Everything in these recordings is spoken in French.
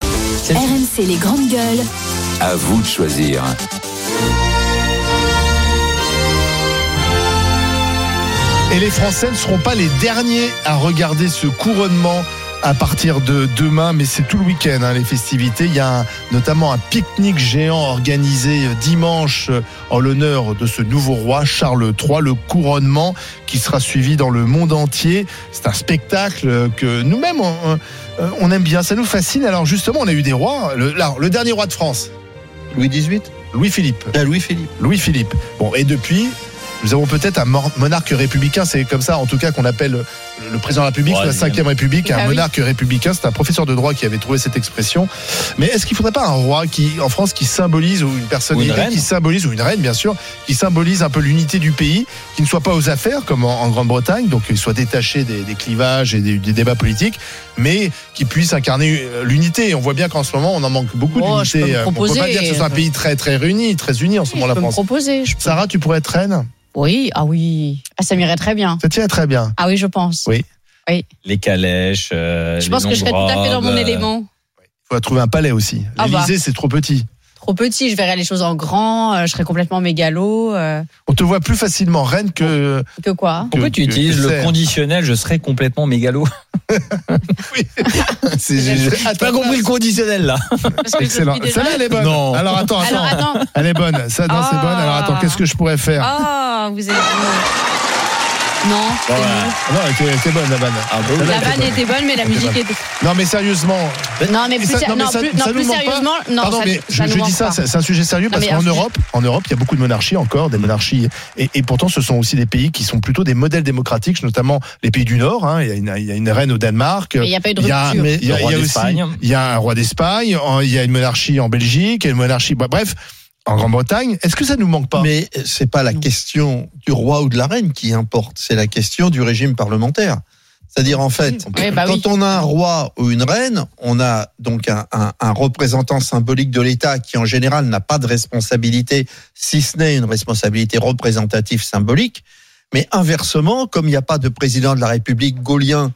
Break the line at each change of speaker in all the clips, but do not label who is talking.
Christian.
RMC les grandes gueules.
À vous de choisir.
Et les Français ne seront pas les derniers à regarder ce couronnement à partir de demain, mais c'est tout le week-end, hein, les festivités. Il y a un- notamment un pique-nique géant organisé dimanche euh, en l'honneur de ce nouveau roi, Charles III, le couronnement, qui sera suivi dans le monde entier. C'est un spectacle euh, que nous-mêmes, on, euh, on aime bien, ça nous fascine. Alors justement, on a eu des rois. Le, là, le dernier roi de France,
Louis XVIII.
Louis-Philippe.
Ah, Louis-Philippe.
Louis-Philippe. Bon, et depuis, nous avons peut-être un mor- monarque républicain, c'est comme ça en tout cas qu'on appelle le- le président de la République,
Ouais,
sous la
mais-
Ve République, un
Ah oui.
monarque républicain. C'est un professeur de droit qui avait trouvé cette expression. Mais est-ce qu'il ne faudrait pas un roi qui, en France qui symbolise, ou une personne
Ou une
élue
reine.
qui symbolise, ou une reine bien sûr, qui symbolise un peu l'unité du pays, qui ne soit pas aux affaires comme en, en Grande-Bretagne, donc qu'il soit détaché des, des clivages et des, des débats politiques, mais qui puisse incarner euh, l'unité. On voit bien qu'en ce moment, on en manque beaucoup
Oh, je peux
d'unité.
me
Euh, On peut pas
proposer.
dire que ce soit un pays très très réuni, très uni en ce
Oui,
moment
je
la
peux me
France.
proposer. je peux-
Sarah, tu pourrais être reine
Oui, ah oui. Ah, ça m'irait très bien.
Ça tient très bien.
Ah oui, je pense.
Oui.
Les calèches. euh,
Je
les
pense que je serais tout
longues
à fait dans mon
robes, euh,
élément.
Il faut trouver un palais aussi.
Ah bah.
L'Élysée, c'est trop petit.
Trop petit, je verrais les choses en grand, euh, je serais complètement mégalo. euh,
On te voit plus facilement reine que.
que quoi
Pourquoi
que-
tu
que-
utilises
que
le
serre.
conditionnel Je serais complètement mégalo.
C'est- j'ai- j'ai-
J'ai pas compris le conditionnel là.
Parce que je
Excellent.
suis déjà-
Celle-là, elle est bonne.
Non.
Alors attends, attends.
Alors attends.
Elle est bonne. Ça, non, c'est
Ah.
bonne. Alors attends, qu'est-ce que je pourrais faire
Ah, vous êtes. Non, c'est
Ouais.
nul.
Ah Non, elle était, elle était bonne, la vanne.
Ah bon
La vanne était bonne, mais la
était
musique
bonne.
était.
Non, mais sérieusement.
Non, mais
Et
plus,
ça-
ser-
non, mais
non,
ça-
plus,
ça
non, plus
nous manque pas.
sérieusement, non,
Pardon,
ça,
mais je,
ça nous
je dis
manque
ça,
pas.
c'est c'est un sujet sérieux parce
mais
qu'en
un sujet-
Europe, en Europe, il y a beaucoup de monarchies encore, des monarchies, et, et pourtant ce sont aussi des pays qui sont plutôt des modèles démocratiques, notamment les pays du Nord. hein. Il, y a une, il y a une reine au Danemark.
Mais il n'y a pas eu de
Il y a,
rupture.
il y a-
Le roi
il y a
d'Espagne.
aussi- il y a un roi d'Espagne, en- il y a une monarchie en Belgique, il y a une monarchie, bah, bref, en Grande-Bretagne. Est-ce que ça nous manque pas
Mais euh, c'est pas la
Non.
question du roi ou de la reine qui importe, c'est la question du régime parlementaire. C'est-à-dire en fait,
Oui, bah
quand
oui.
on a un roi ou une reine, on a donc un, un- un représentant symbolique de l'État qui en général n'a pas de responsabilité, si ce n'est une responsabilité représentative symbolique. Mais inversement, comme il n'y a pas de président de la République gaulien,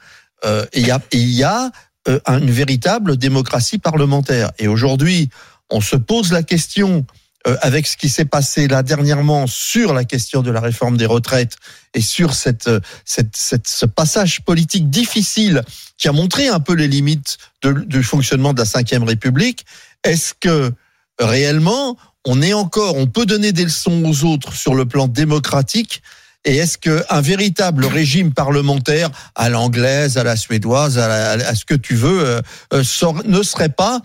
euh, il y a, il y a euh, un- une véritable démocratie parlementaire. Et aujourd'hui, on se pose la question euh, avec ce qui s'est passé là dernièrement sur la question de la réforme des retraites et sur cette, euh, cette, cette- ce passage politique difficile qui a montré un peu les limites de- du fonctionnement de la Ve République, est-ce que réellement on est encore, on peut donner des leçons aux autres sur le plan démocratique et est-ce qu'un véritable régime parlementaire, à l'anglaise, à la suédoise, à, la- à ce que tu veux, euh, euh, sor- ne serait pas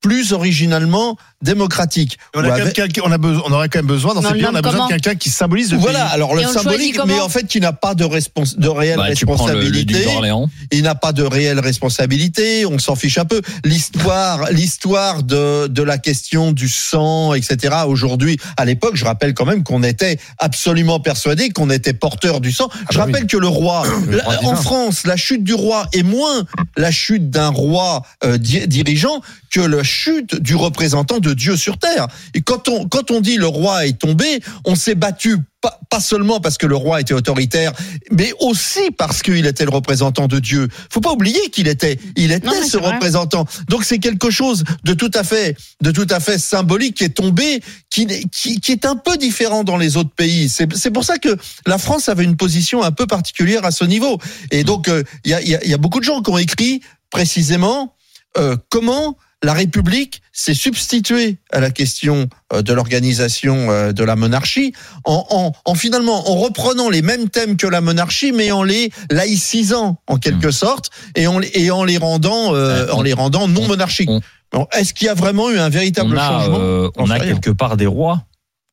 plus originalement démocratique
on, a
Ou
quand
avec-
même quelqu'un- on a besoin- on aurait quand même besoin, dans
Mais
ces
on
pays, on a
demande
besoin de
comment
quelqu'un qui symbolise le
Voilà,
pays.
alors le
Et on le choisit
symbolique,
comment
mais en fait qui n'a pas de, respons- de réelle
Bah, tu prends le, le duc
responsabilité.
d'Orléans.
il n'a pas de réelle responsabilité, on s'en fiche un peu. L'histoire, l'histoire de, de la question du sang, etc. Aujourd'hui, à l'époque, je rappelle quand même qu'on était absolument persuadé qu'on était porteur du sang. je
bah
rappelle que le roi, la-
roi divin.
en France, la chute du roi est moins la chute d'un roi euh, di- dirigeant que la chute du représentant de Dieu sur terre. Et quand on quand on dit le roi est tombé, on s'est battu pas, pas seulement parce que le roi était autoritaire, mais aussi parce qu'il était le représentant de Dieu. Faut pas oublier qu'il était il était
Non, mais
ce
c'est vrai.
représentant. Donc c'est quelque chose de tout à fait de tout à fait symbolique qui est tombé, qui n'est- qui, qui est un peu différent dans les autres pays. C'est c'est pour ça que la France avait une position un peu particulière à ce niveau. Et donc, euh, il y, a, il y a- il y a beaucoup de gens qui ont écrit précisément euh, comment la République s'est substituée à la question euh, de l'organisation euh, de la monarchie, en, en- en finalement en reprenant les mêmes thèmes que la monarchie, mais en les laïcisant en quelque sorte, et en, les- et en les rendant
Hmm.
euh,
Ouais, on-
en les rendant non monarchiques.
on-
Bon, Est-ce qu'il y a vraiment eu un véritable
on a,
changement
euh,
J'en
on a
sais rien.
quelque part des rois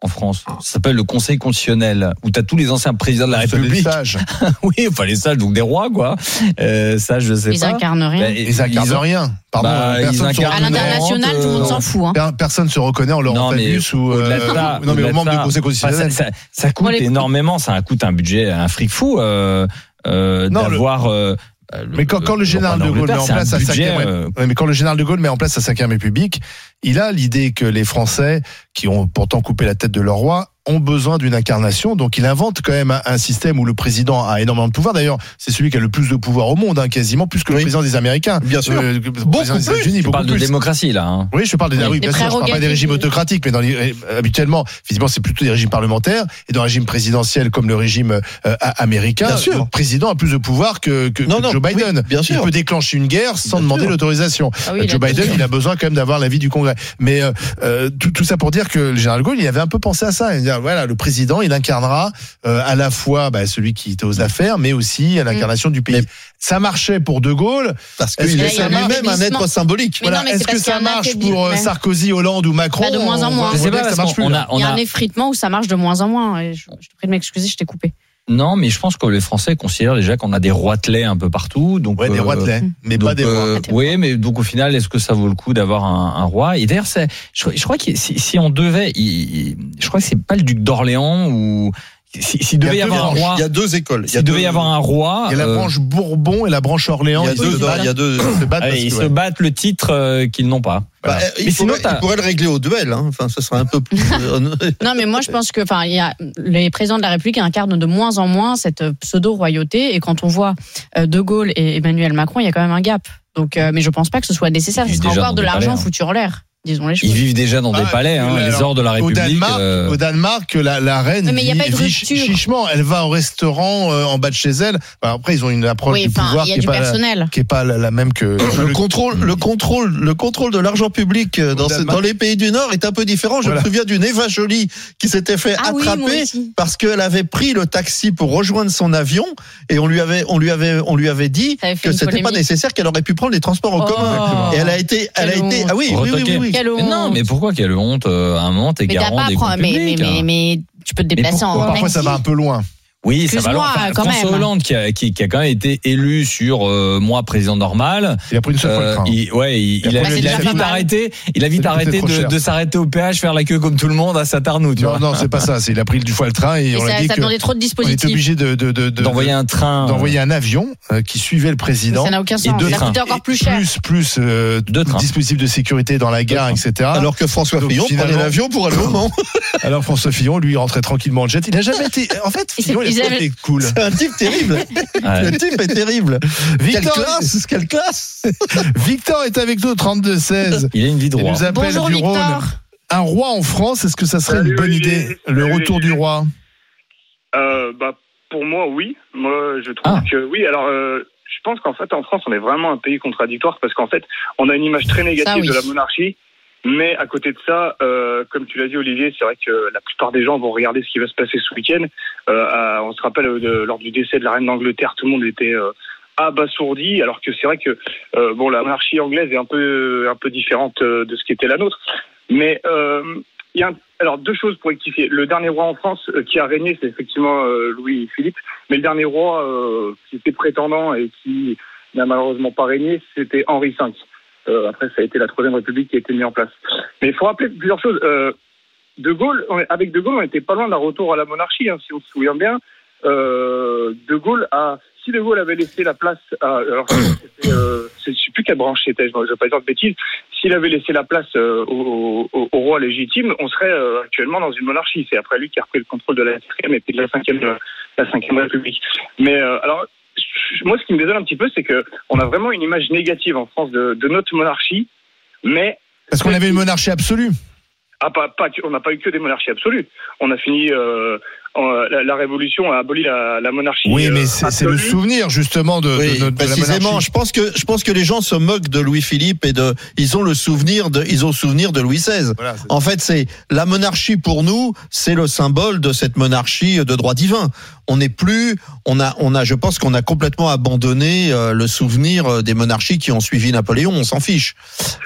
en France. Ça s'appelle le Conseil constitutionnel, où tu as tous les anciens présidents de la
Ce sont des
République.
sages.
oui, enfin les sages, donc des rois, quoi. Euh, ça, je sais
Ils
pas.
incarnent rien.
Ben,
Ils incarnent rien. Pardon,
Bah, ils
personne se
incarnent-
À
reconnaît-
l'international, tout le monde
non.
s'en fout. hein.
per- Personne se reconnaît en
Non,
Laurent
mais
Fabius ou
au-delà de
euh, non
ça,
mais
au-delà
aux
de
membres
ça,
du Conseil
Enfin, ça,
constitutionnel.
ça- ça coûte
On les-
énormément, ça coûte un budget, un fric fou euh, euh,
Non,
d'avoir. euh,
Mais quand- quand le
roi
général de Gaulle
d'Angleterre,
met en
c'est un
place sa
budget,
cinquième-
euh,
Ouais, mais quand le général de Gaulle met en place sa cinquième république, il a l'idée que les Français, qui ont pourtant coupé la tête de leur roi, ont besoin d'une incarnation. Donc il invente quand même un, un système où le président a énormément de pouvoir. D'ailleurs, c'est celui qui a le plus de pouvoir au monde, hein, quasiment plus que le
Oui.
président des Américains.
Bien sûr.
Euh, que le président des
plus.
États-Unis,
Tu
beaucoup
parles de
plus.
démocratie là. hein.
Oui, je parle des,
Oui.
ah oui, bien
Des
sûr, je parle pas des
prérogatives.
régimes autocratiques, mais dans les, euh, habituellement, effectivement, c'est plutôt des régimes parlementaires et dans le régime présidentiel comme le régime euh, a- américain,
Bien sûr.
le président a plus de pouvoir que, que-
Non,
que
non,
Joe
oui,
Biden.
bien sûr.
Il peut déclencher une guerre sans
Bien
demander
sûr.
l'autorisation. Euh,
Ah oui, il a
Joe
tout
Biden,
fait.
il a besoin quand même d'avoir l'avis du Congrès. Mais euh, euh, tout, tout ça pour dire que le général Gaulle, il avait un peu pensé à ça. Il disait, voilà, le président, il incarnera euh, à la fois bah, celui qui était aux affaires, mais aussi à l'incarnation du pays.
Mm. Mais-
Ça marchait pour De Gaulle.
Parce
Est-ce
qu'il
que
est
ça
lui-même un
marche
être symbolique.
Mais non, mais
Est-ce
c'est
que
parce
ça
qu'il y a un
marche
affaibli-
pour euh,
ouais.
Sarkozy, Hollande ou Macron
Bah, de moins en
on-
moins.
on
Je
Je sais
voit
pas
bien que ça
parce
marche plus,
qu'on
là.
a,
Il
Ah, on
y a
a-
un effritement où ça marche de moins en moins. Et je, je te prie de m'excuser, je t'ai coupé.
non, mais je pense que les Français considèrent déjà qu'on a des roitelets un peu partout. Donc
Ouais, des
euh,
rois de lait, mais
Donc,
pas des rois.
euh,
Pas des
oui, mais donc au final, est-ce que ça vaut le coup d'avoir un, un roi Et d'ailleurs, c'est- je, je crois que si, si on devait, il- il- je crois que c'est pas le duc d'Orléans ou si- s'il
a
devait y
deux
avoir un
branches.
roi,
Il y a deux écoles. Il y a
s'il devait
deux-
y avoir un roi,
Il y a la
euh,
branche Bourbon et la branche Orléans.
Il y a
Ils
deux.
se battent-
Il y a deux.
ils se battent parce
allez, Ah, ils
que,
se
ouais.
battent le titre euh, qu'ils n'ont pas.
Bah,
Voilà.
eh, il
mais sinon,
pourrait-
t'as-
il pourrait le régler au duel. Hein. Enfin, ça serait un peu plus. euh,
Non, mais moi, je pense que, enfin, il y a, les présidents de la République incarnent de moins en moins cette euh, pseudo-royauté. Et quand on voit euh, De Gaulle et Emmanuel Macron, il y a quand même un gap. Donc, euh, mais je pense pas que ce soit nécessaire.
Ils vivent
Ce sera
déjà
encore
dans
de
des
l'argent
palais, hein.
foutu en l'air. Disons les
Ils
choses.
vivent déjà dans
Ah,
des palais, hein,
oui,
les
alors,
ors de la
Au
République.
Danemark,
euh,
au Danemark, la, la reine
Oui, mais il y a
vit-
pas eu de
vit
rupture.
chichement. Elle va au restaurant euh, en bas de chez elle. Bah, après, ils ont une approche
Oui,
du
enfin,
pouvoir
il y
qui
a
est,
du
pas, la-
personnel.
qui est pas la, la même que.
Le contrôle, le contrôle, le contrôle de l'argent public euh, dans, ce-
Danemark.
dans les pays du Nord est un peu différent. Je
Voilà.
me souviens d'une Eva Jolie qui s'était fait
Ah oui,
attraper
moi aussi.
parce qu'elle avait pris le taxi pour rejoindre son avion et on lui avait, on lui avait, on lui avait dit
Ça avait fait
que
une
c'était pas
polémique.
nécessaire qu'elle aurait pu prendre les transports en
Oh.
commun. Et elle a été, elle a
Quelle
été,
honte.
ah oui, oui, oui, oui,
Retoquée.
oui.
Quelle
mais non,
Oh, honte.
mais pourquoi quelle honte euh, à un moment t'es
Mais t'as
garant
pas à
des
prendre-
comptes
mais, mais,
publics,
mais,
hein.
mais tu peux te
Mais
déplacer en
pourquoi
Parfois, ça
taxi.
va un peu loin.
Oui, ça va
Excuse-moi,
loin. Enfin,
quand
François
même.
Hollande qui a, qui, qui a quand même été élu sur euh, moi président normal.
Il a pris une seule fois le
Euh,
train.
il, ouais, il,
Et
il a,
après,
c'est
il a
déjà pas
vite
mal.
arrêté. Il a vite
C'est-
arrêté
c'est trop
de,
cher.
de s'arrêter au péage, faire la queue comme tout le monde à Satarnou, tu
Non,
vois.
non, c'est pas ça. C'est il a pris du fois le train et,
Et
on
ça,
a dit
ça
que
demandait trop de
on était
dispositifs.
obligé de de- de- de-
D'envoyer un train. euh,
d'envoyer un avion euh, qui suivait le président.
Ça n'a aucun sens.
deux
Ça
trains.
coûtait encore plus cher.
Plus, plus euh,
Deux trains.
dispositif de sécurité dans la gare, etc. Alors,
Alors que François
Ah, Donc,
Fillon prenait
finalement-
l'avion pour aller au Mans.
alors François Fillon, lui, rentrait tranquillement en jet. Il n'a jamais été. En fait,
Il s'est-
Fillon, il a
il
toujours
avait-
été cool.
C'est un type terrible.
euh, ouais.
Le type est terrible. Quelle
Victor,
classe, quelle classe.
Victor est avec nous, 32-16.
Il a une vie
Il
droite.
nous appelle
Bonjour
du
Victor.
Rhône. Un roi en France, est-ce que ça serait une
Salut,
bonne
Olivier.
idée Le
Salut,
retour
Olivier.
du roi
Euh, bah, pour moi, oui. Moi, je trouve
Ah.
que oui. Alors, euh, je pense qu'en fait, en France, on est vraiment un pays contradictoire parce qu'en fait, on a une image très négative
oui.
de la monarchie. Mais à côté de ça, euh, comme tu l'as dit, Olivier, c'est vrai que la plupart des gens vont regarder ce qui va se passer ce week-end. Euh, à- on se rappelle euh, de- lors du décès de la reine d'Angleterre, tout le monde était euh, abasourdi, alors que c'est vrai que euh, bon, la monarchie anglaise est un peu un peu différente euh, de ce qui était la nôtre. Mais euh, il y a un- alors deux choses pour rectifier. Le dernier roi en France euh, qui a régné, c'est effectivement euh, Louis Philippe, mais le dernier roi euh, qui était prétendant et qui n'a malheureusement pas régné, c'était Henri V. Euh, après, ça a été la Troisième République qui a été mise en place. Mais il faut rappeler plusieurs choses. Euh, de Gaulle, on- avec De Gaulle, on était pas loin d'un retour à la monarchie, hein, si on se souvient bien. Euh, de Gaulle a, si De Gaulle avait laissé la place à, alors, c'était, euh, c'est- je sais plus quelle branche c'était, je ne vais pas dire de bêtises, s'il avait laissé la place euh, au, au- au roi légitime, on serait euh, actuellement dans une monarchie. C'est après lui qui a repris le contrôle de la quatrième et puis de la cinquième, euh, la cinquième république. Mais euh, alors, je- moi, ce qui me désole un petit peu, c'est que on a vraiment une image négative en France de, de notre monarchie, mais
Parce qu'on avait une monarchie absolue.
ah, pas, pas, que- on n'a pas eu que des monarchies absolues. On a fini. euh, en- la, la Révolution a aboli la, la monarchie.
Oui,
euh,
mais c'est c'est le
absolue.
souvenir justement de, de-
Oui,
Euh, de- de la
précisément.
monarchie.
Je pense que je pense que les gens se moquent de Louis Philippe et de ils ont le souvenir de ils ont le souvenir de Louis XVI.
Voilà, c'est-
En fait, c'est la monarchie pour nous, c'est le symbole de cette monarchie de droit divin. On n'est plus, on a, on a, je pense qu'on a complètement abandonné euh, le souvenir euh, des monarchies qui ont suivi Napoléon. On s'en fiche.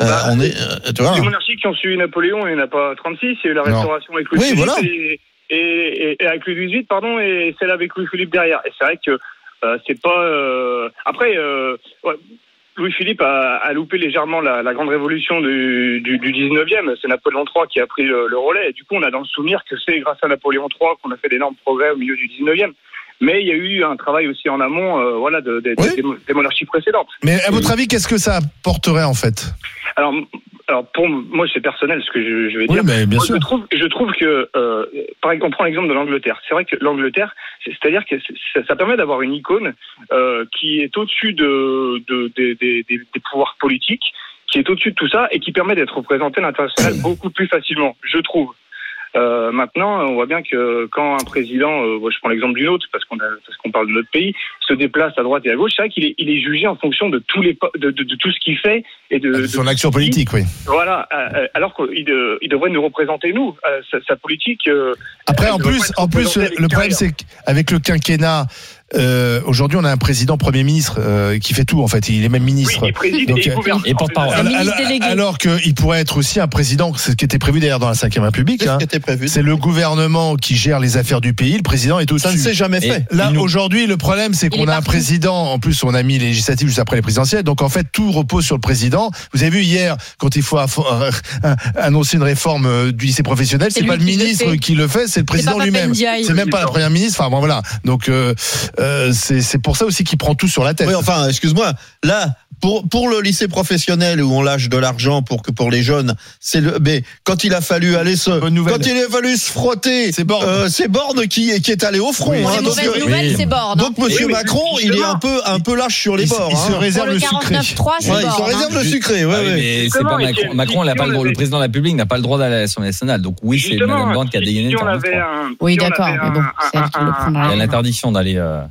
Euh,
Bah,
on est, euh, tu vois.
Les monarchies qui ont suivi Napoléon, il n'y en a pas 36. Il y a eu la
Ah. Non.
Restauration avec Louis
Oui,
Philippe
voilà.
et, et- et- et avec Louis XVIII, pardon, et celle avec Louis Philippe derrière. Et c'est vrai que euh, c'est pas. euh, Après, euh, ouais, Louis Philippe a, a loupé légèrement la, la grande révolution du, du, du 19e. C'est Napoléon III qui a pris le, le relais. Et du coup, on a dans le souvenir que c'est grâce à Napoléon III qu'on a fait d'énormes progrès au milieu du 19e. Mais il y a eu un travail aussi en amont, euh, voilà, de- de-
Oui.
des, mo- des monarchies précédentes.
Mais à votre avis, qu'est-ce que ça apporterait en fait
Alors, m- alors pour m- moi, c'est personnel ce que je, je vais
Oui,
dire.
mais bien
Moi,
sûr.
Je trouve, je trouve que, euh, par exemple, on prend l'exemple de l'Angleterre. C'est vrai que l'Angleterre, c'est- c'est-à-dire que c'est- ça, ça permet d'avoir une icône euh, qui est au-dessus de, de- des- des- des- des pouvoirs politiques, qui est au-dessus de tout ça et qui permet d'être représenté à l'international beaucoup plus facilement, je trouve. Euh, maintenant, on voit bien que quand un président, euh, je prends l'exemple d'une autre parce qu'on a- parce qu'on parle de notre pays, se déplace à droite et à gauche, c'est vrai qu'il est, il est jugé en fonction de tous les po- de, de- de tout ce qu'il fait et de, de
Ah, Son action politique, oui.
voilà, euh, euh, alors qu'il de- il devrait nous représenter, nous, euh, sa, sa politique. euh,
Après,
Elle
en
devrait
plus,
pas être
en plus,
représentée à
le problème,
l'extérieur.
c'est qu'avec le quinquennat, euh, aujourd'hui, on a un président premier ministre euh, qui fait tout, en fait. Il est même
oui,
ministre.
il préside
Donc,
et il
euh,
gouverne.
et porte-parole.
Un
Alors,
ministre délégué.
alors qu'il pourrait être aussi un président, c'est ce qui était prévu d'ailleurs dans la Ve République.
C'est ce
hein.
qui était prévu.
C'est le gouvernement qui gère les affaires du pays. Le président est
Ça ne
au-dessus.
s'est jamais
Et-
fait.
Là,
Il nous-
aujourd'hui, le problème, c'est
Il
qu'on
est
a un
partout.
président. En plus, on a mis les législatives juste après les présidentielles. Donc, en fait, tout repose sur le président. Vous avez vu hier, quand il faut affo- euh, euh, annoncer une réforme euh, du lycée professionnel,
C'est
c'est
lui
pas le
qui le
ministre
fait.
qui le fait, c'est le président
pas
lui-même.
Papendiaï.
C'est même pas la première ministre. Enfin, bon, voilà. Donc, euh, euh, c'est c'est pour ça aussi qu'il prend tout sur la tête.
Oui, enfin, excuse-moi. Là, pour, pour le lycée professionnel où on lâche de l'argent pour que pour les jeunes, c'est le. Mais quand il a fallu aller se.
Bonne nouvelle.
Quand il a fallu se frotter.
C'est Borne.
euh, c'est Borne qui, qui est allé au front.
Oui,
Pour
hein,
les
Ah,
donc,
mauvaises
euh,
nouvelles,
oui.
c'est Borne. hein.
donc, Monsieur
Oui, mais
Macron, il est
justement.
un peu, un peu lâche sur les
il, se-
bords.
il se
hein.
Pour
réserve
le
le, sucré.
49.3, c'est
Ouais, il se
Borne, hein.
réserve le sucré. Ouais,
Ah oui,
ouais.
mais c'est
Justement,
pas
et
Macron.
si-
Macron,
si
n'a pas
on
le, droit- le
avait-
président de la République n'a pas le droit d'aller à l'Assemblée nationale. Donc oui, c'est
Justement,
Madame Borne qui a
si-
dégainé.
si
le
on avait
49-3.
un,
Oui,
si on
d'accord,
avait
mais
un-
bon, c'est elle
un-
qui le prendra.
Il y
un-
a l'interdiction d'aller. euh,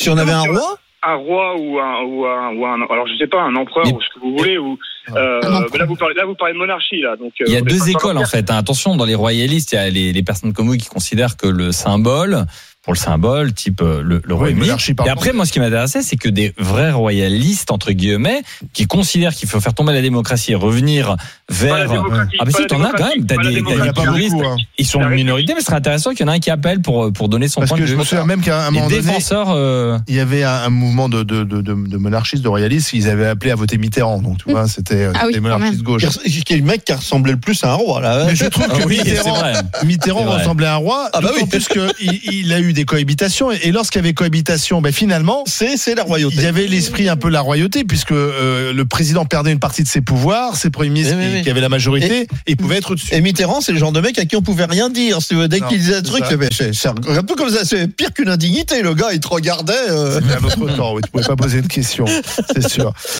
Si on avait un
Non,
roi,
un roi ou un, ou un, ou un- alors je sais pas, un empereur
Mais-
ou ce que vous voulez, ou, euh,
Un empereur.
mais là vous parlez, là vous parlez de monarchie, là. Donc,
Il y a
euh,
deux
pas-
écoles en fait. hein. Attention, dans les royalistes, il y a les, les personnes comme vous qui considèrent que le symbole, pour le symbole, type euh, le, le royaume
monarchie, pardon.
Et après, moi, ce qui m'intéressait, c'est que des vrais royalistes entre guillemets, qui considèrent qu'il faut faire tomber la démocratie et revenir
Pas la
vers
démocratie,
ah, mais
pas
si,
la
t'en as quand
démocratie,
même. T'as
pas la
des-
Il y
t'as
en a
démocratie.
pas
puristes.
beaucoup, hein.
ils sont
La
une
République.
minorité, mais ce serait intéressant qu'il y en ait un qui appelle pour euh, pour donner son
Parce
point
que
de
je
vue.
me souviens même qu'à un
Les
moment donné,
défenseurs. euh,
il y avait un, un mouvement de, de, de, de, de monarchistes, de royalistes, ils avaient appelé à voter Mitterrand. Donc, tu vois, c'était euh,
Ah oui,
des
quand
monarchistes de gauche.
qui res- qui est le mec qui ressemblait le plus à un roi. Là. hein.
Mais je trouve
ah
que
oui, c'est
Mitterrand,
vrai.
Mitterrand
C'est vrai.
ressemblait à un roi,
Ah bah
d'autant
oui.
plus qu'il il a eu des cohabitations. Et, et lorsqu'il y avait cohabitation, ben finalement,
C'est c'est la royauté.
il y avait l'esprit un peu la royauté, puisque euh, le président perdait une partie de ses pouvoirs, ses premiers ministres
Oui, oui,
qui-
oui.
qui avaient la majorité, il pouvait être au-dessus.
Et Mitterrand, c'est le genre de mec à qui on pouvait rien dire. Si tu veux. Dès
Non,
qu'il disait un
c'est
truc,
ça.
mais c'est c'est un peu comme ça, c'est pire qu'une indignité. Le gars, il te regardait. euh,
à votre temps, oui, tu pouvais pas poser de questions, c'est sûr.